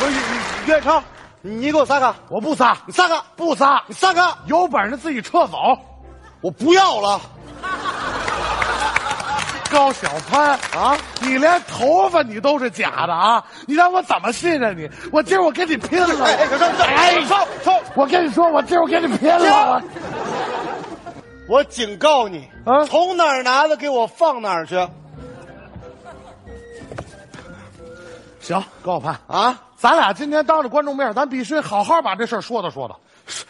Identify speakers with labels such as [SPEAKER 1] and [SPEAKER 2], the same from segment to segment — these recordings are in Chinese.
[SPEAKER 1] 不是岳超，你给我撒开，
[SPEAKER 2] 我不撒，
[SPEAKER 1] 你撒开，
[SPEAKER 2] 不撒，
[SPEAKER 1] 你撒开，
[SPEAKER 2] 有本事自己撤走。
[SPEAKER 1] 我不要了
[SPEAKER 2] 高小攀，
[SPEAKER 1] 啊！
[SPEAKER 2] 你连头发你都是假的啊！你让我怎么信任你？我今儿我跟你拼了！
[SPEAKER 1] 哎，小超，哎，超超，
[SPEAKER 2] 我跟你说，我今儿我跟你拼了！
[SPEAKER 1] 我警告你，
[SPEAKER 2] 啊
[SPEAKER 1] 从哪儿拿的给我放哪儿去
[SPEAKER 2] 行，高小攀，
[SPEAKER 1] 啊！
[SPEAKER 2] 咱俩今天当着观众面，咱必须好好把这事儿说道说道。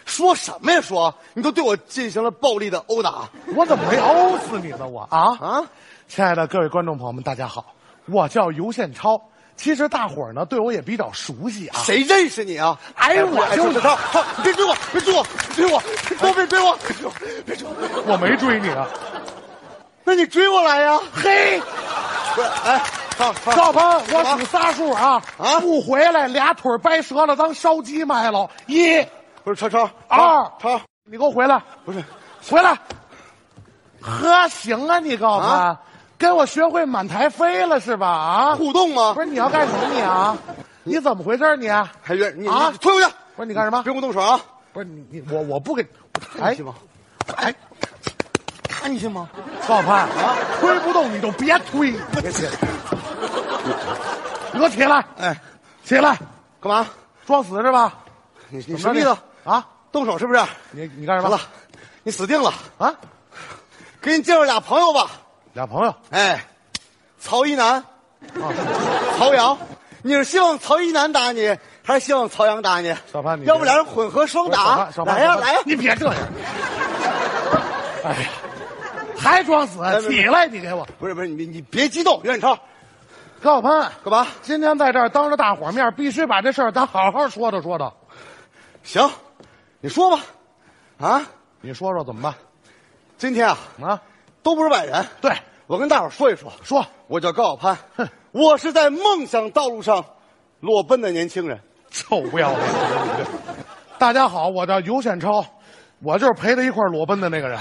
[SPEAKER 1] 说什么呀说？你都对我进行了暴力的殴打
[SPEAKER 2] 我怎么没殴死你呢？我啊！
[SPEAKER 1] 啊！
[SPEAKER 2] 亲爱的各位观众朋友们，大家好，我叫尤宪超。其实大伙儿呢对我也比较熟悉啊。
[SPEAKER 1] 谁认识你啊？
[SPEAKER 2] 哎我
[SPEAKER 1] 哎
[SPEAKER 2] 就
[SPEAKER 1] 小
[SPEAKER 2] 是
[SPEAKER 1] 超，超你别追我，别追我，别追我，都别追我，别追我，别追我！
[SPEAKER 2] 我没追你 啊。
[SPEAKER 1] 那你追我来呀？
[SPEAKER 2] 嘿，
[SPEAKER 1] 不是，哎，超超，
[SPEAKER 2] 赵鹏，我数仨数啊！
[SPEAKER 1] 啊
[SPEAKER 2] 不回来，俩腿掰折了，当烧鸡卖了。一，
[SPEAKER 1] 不是超超
[SPEAKER 2] 二
[SPEAKER 1] 超，
[SPEAKER 2] 你给我回来，
[SPEAKER 1] 不是
[SPEAKER 2] 回来。呵，行啊，你告诉他，
[SPEAKER 1] 啊
[SPEAKER 2] 跟我学会满台飞了是吧？啊，
[SPEAKER 1] 互动吗
[SPEAKER 2] 不？是你要干什么你啊？你怎么回事你？
[SPEAKER 1] 还约你
[SPEAKER 2] 啊
[SPEAKER 1] 你推回去！
[SPEAKER 2] 不是你干什么？
[SPEAKER 1] 别跟我动手啊！
[SPEAKER 2] 不是你你我我不给，
[SPEAKER 1] 哎
[SPEAKER 2] 哎，，
[SPEAKER 1] 哎，看你信吗？
[SPEAKER 2] 赵盼啊，推不动你就别推，别起来，你给我起来，
[SPEAKER 1] 哎，
[SPEAKER 2] 起来，
[SPEAKER 1] 干嘛？
[SPEAKER 2] 装死是吧？
[SPEAKER 1] 你
[SPEAKER 2] 怎
[SPEAKER 1] 你
[SPEAKER 2] 么
[SPEAKER 1] 什么意
[SPEAKER 2] 着
[SPEAKER 1] 思？
[SPEAKER 2] 你啊？
[SPEAKER 1] 动手是不是？
[SPEAKER 2] 你你干什
[SPEAKER 1] 完
[SPEAKER 2] 么
[SPEAKER 1] 了？，你死定了！
[SPEAKER 2] 啊，
[SPEAKER 1] 给你介绍俩朋友吧。
[SPEAKER 2] 俩朋友，
[SPEAKER 1] 哎，曹一楠，
[SPEAKER 2] 啊
[SPEAKER 1] 曹阳，你是希望曹一楠打你，还是希望曹阳打你？
[SPEAKER 2] 小潘你
[SPEAKER 1] 要不俩人混合双打
[SPEAKER 2] 小，潘
[SPEAKER 1] 来呀
[SPEAKER 2] 小潘
[SPEAKER 1] 来呀！
[SPEAKER 2] 你别这 样，哎呀，还装死
[SPEAKER 1] 哎，
[SPEAKER 2] 起来，你给我，
[SPEAKER 1] 不是不是，你你别激动，袁远超，
[SPEAKER 2] 高晓攀，
[SPEAKER 1] 干嘛？
[SPEAKER 2] 今天在这儿当着大伙儿面，必须把这事儿咱好好说道说道。
[SPEAKER 1] 行，你说吧，啊，
[SPEAKER 2] 你说说怎么
[SPEAKER 1] 今天啊
[SPEAKER 2] 办啊？
[SPEAKER 1] 都不是外人，
[SPEAKER 2] 对，
[SPEAKER 1] 我跟大伙儿说一说，
[SPEAKER 2] 说，
[SPEAKER 1] 我叫高晓攀
[SPEAKER 2] 哼，
[SPEAKER 1] 我是在梦想道路上裸奔的年轻人。
[SPEAKER 2] 臭不要脸！ 大家好，我叫尤宪超，我就是陪他一块儿裸奔的那个人。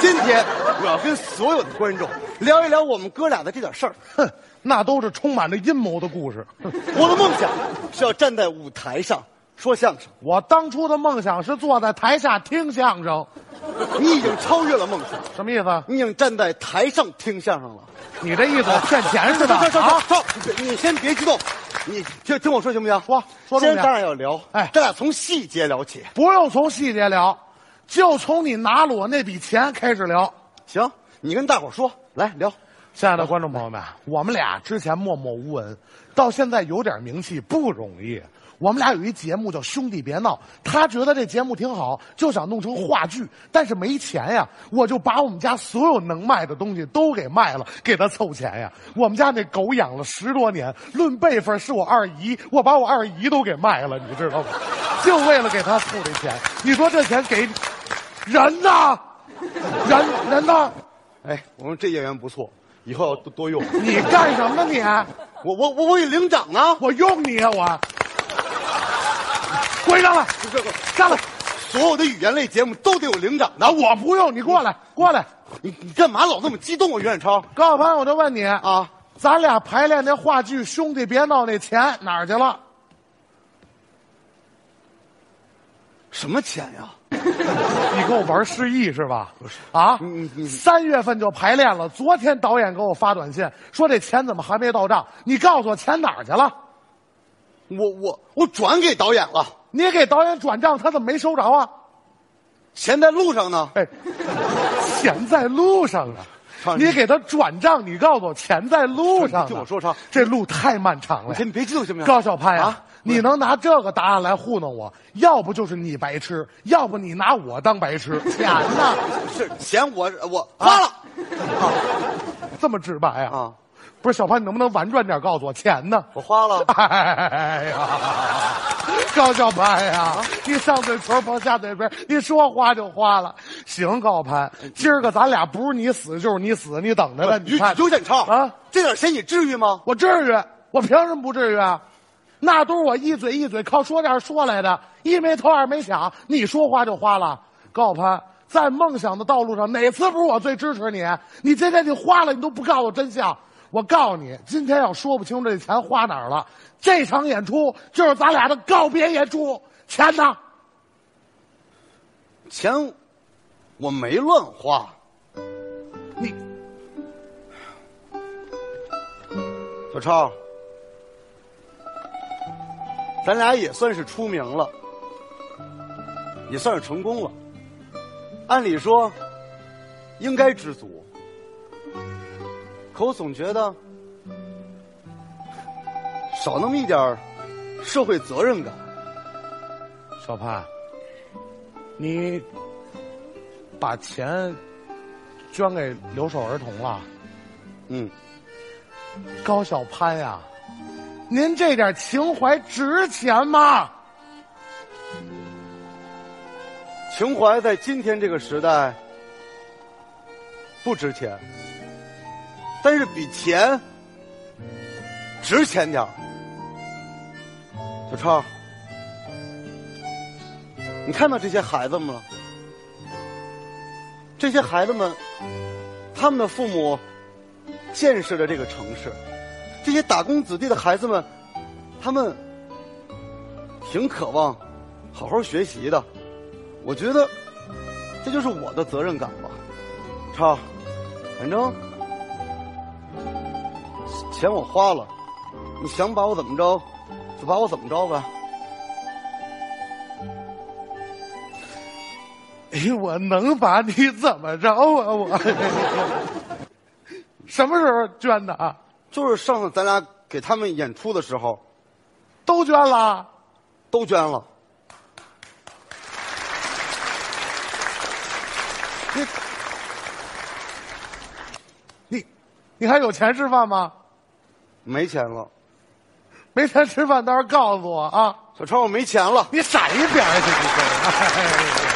[SPEAKER 1] 今天我要跟所有的观众聊一聊我们哥俩的这点事儿。
[SPEAKER 2] 哼，那都是充满着阴谋的故事。哼
[SPEAKER 1] 我的梦想是要站在舞台上说相声，
[SPEAKER 2] 我当初的梦想是坐在台下听相声，
[SPEAKER 1] 你已经超越了梦想，
[SPEAKER 2] 什么意思？
[SPEAKER 1] 你已经站在台上听相声了。哎
[SPEAKER 2] 你这意思我骗钱似的
[SPEAKER 1] 走 走
[SPEAKER 2] 啊？
[SPEAKER 1] 走，你先别激动，你听听我说行不行？
[SPEAKER 2] 说说重
[SPEAKER 1] 今
[SPEAKER 2] 点
[SPEAKER 1] 天当然要聊，
[SPEAKER 2] 哎
[SPEAKER 1] 咱俩从细节聊起，
[SPEAKER 2] 不用从细节聊，就从你拿了我那笔钱开始聊。
[SPEAKER 1] 行？你跟大伙说，来聊。
[SPEAKER 2] 亲爱的观众朋友们，我们俩之前默默无闻，到现在有点名气不容易。我们俩有一节目叫《兄弟别闹》，他觉得这节目挺好，就想弄成话剧，但是没钱呀。我就把我们家所有能卖的东西都给卖了，给他凑钱呀。我们家那狗养了十多年，论辈分是我二姨，我把我二姨都给卖了，你知道吗？就为了给他凑这钱。你说这钱给人呢？人人呢？
[SPEAKER 1] 哎，我们这演员不错，以后要多多用。
[SPEAKER 2] 你干什么你？
[SPEAKER 1] 我我我我给领奖呢，
[SPEAKER 2] 我用你啊我！跪上来，上来！
[SPEAKER 1] 所有的语言类节目都得有领奖的。
[SPEAKER 2] 那啊我不用你过来，过来！
[SPEAKER 1] 你你干嘛老那么激动啊，袁远超
[SPEAKER 2] 高晓攀，我就问你啊，
[SPEAKER 1] 啊？
[SPEAKER 2] 咱俩排练那话剧《兄弟别闹》那钱哪儿去了？
[SPEAKER 1] 什么钱呀？
[SPEAKER 2] 你跟我玩失忆是吧？不是啊
[SPEAKER 1] 你你，
[SPEAKER 2] 三月份就排练了，昨天导演给我发短信说这钱怎么还没到账？你告诉我钱哪儿去了？
[SPEAKER 1] 我我我转给导演了，
[SPEAKER 2] 你给导演转账，他怎么没收着啊？
[SPEAKER 1] 钱在路上呢。
[SPEAKER 2] 哎，钱在路上啊！你给他转账，你告诉我钱在路上呢。啊
[SPEAKER 1] 听我说超
[SPEAKER 2] 这路太漫长了
[SPEAKER 1] 你。先别激动行不行？
[SPEAKER 2] 高小攀呀、
[SPEAKER 1] 啊
[SPEAKER 2] 你能拿这个答案来糊弄我，要不就是你白痴，要不你拿我当 白痴。钱呢？
[SPEAKER 1] 是钱我我花了
[SPEAKER 2] 这么直白啊？
[SPEAKER 1] 啊，
[SPEAKER 2] 不是小潘，你能不能婉转点告诉我钱呢？
[SPEAKER 1] 我花了。
[SPEAKER 2] 哎呀，高小攀呀，
[SPEAKER 1] 啊
[SPEAKER 2] 你上嘴唇碰下嘴边，你说花就花了。行，高攀，
[SPEAKER 1] 哎
[SPEAKER 2] 今儿个咱俩不是你死就是你死，你等着吧。你看，
[SPEAKER 1] 刘显超
[SPEAKER 2] 啊，
[SPEAKER 1] 这点钱你至于吗？
[SPEAKER 2] 我至于？我凭什么不至于啊？那都是我一嘴一嘴靠说这儿说来的，一没偷二没抢，你说花就花了。高攀，在梦想的道路上，哪次不是我最支持你？你今天你花了，你都不告诉我真相，我告诉你，今天要说不清这钱花哪儿了，这场演出就是咱俩的告别演出。钱呢？
[SPEAKER 1] 钱我没乱花，
[SPEAKER 2] 你
[SPEAKER 1] 小超，咱俩也算是出名了，也算是成功了。按理说应该知足，可我总觉得少那么一点儿社会责任感。
[SPEAKER 2] 小潘，你把钱捐给留守儿童了？
[SPEAKER 1] 嗯，
[SPEAKER 2] 高小潘呀，您这点情怀值钱吗？
[SPEAKER 1] 情怀在今天这个时代不值钱，但是比钱值钱点儿。小超，你看到这些孩子们了？这些孩子们，他们的父母建设着这个城市，这些打工子弟的孩子们，他们挺渴望好好学习的。我觉得这就是我的责任感吧，超，反正钱我花了，你想把我怎么着，就把我怎么着呗。
[SPEAKER 2] 哎呦，我能把你怎么着啊？我 什么时候捐的啊？
[SPEAKER 1] 就是上次咱俩给他们演出的时候，
[SPEAKER 2] 都捐了？啊
[SPEAKER 1] 都捐了。你
[SPEAKER 2] 你，你还有钱吃饭吗？
[SPEAKER 1] 没钱了，
[SPEAKER 2] 没钱吃饭，到时候告诉我啊！
[SPEAKER 1] 小超，我没钱了。
[SPEAKER 2] 啊你闪一边去！你这个哎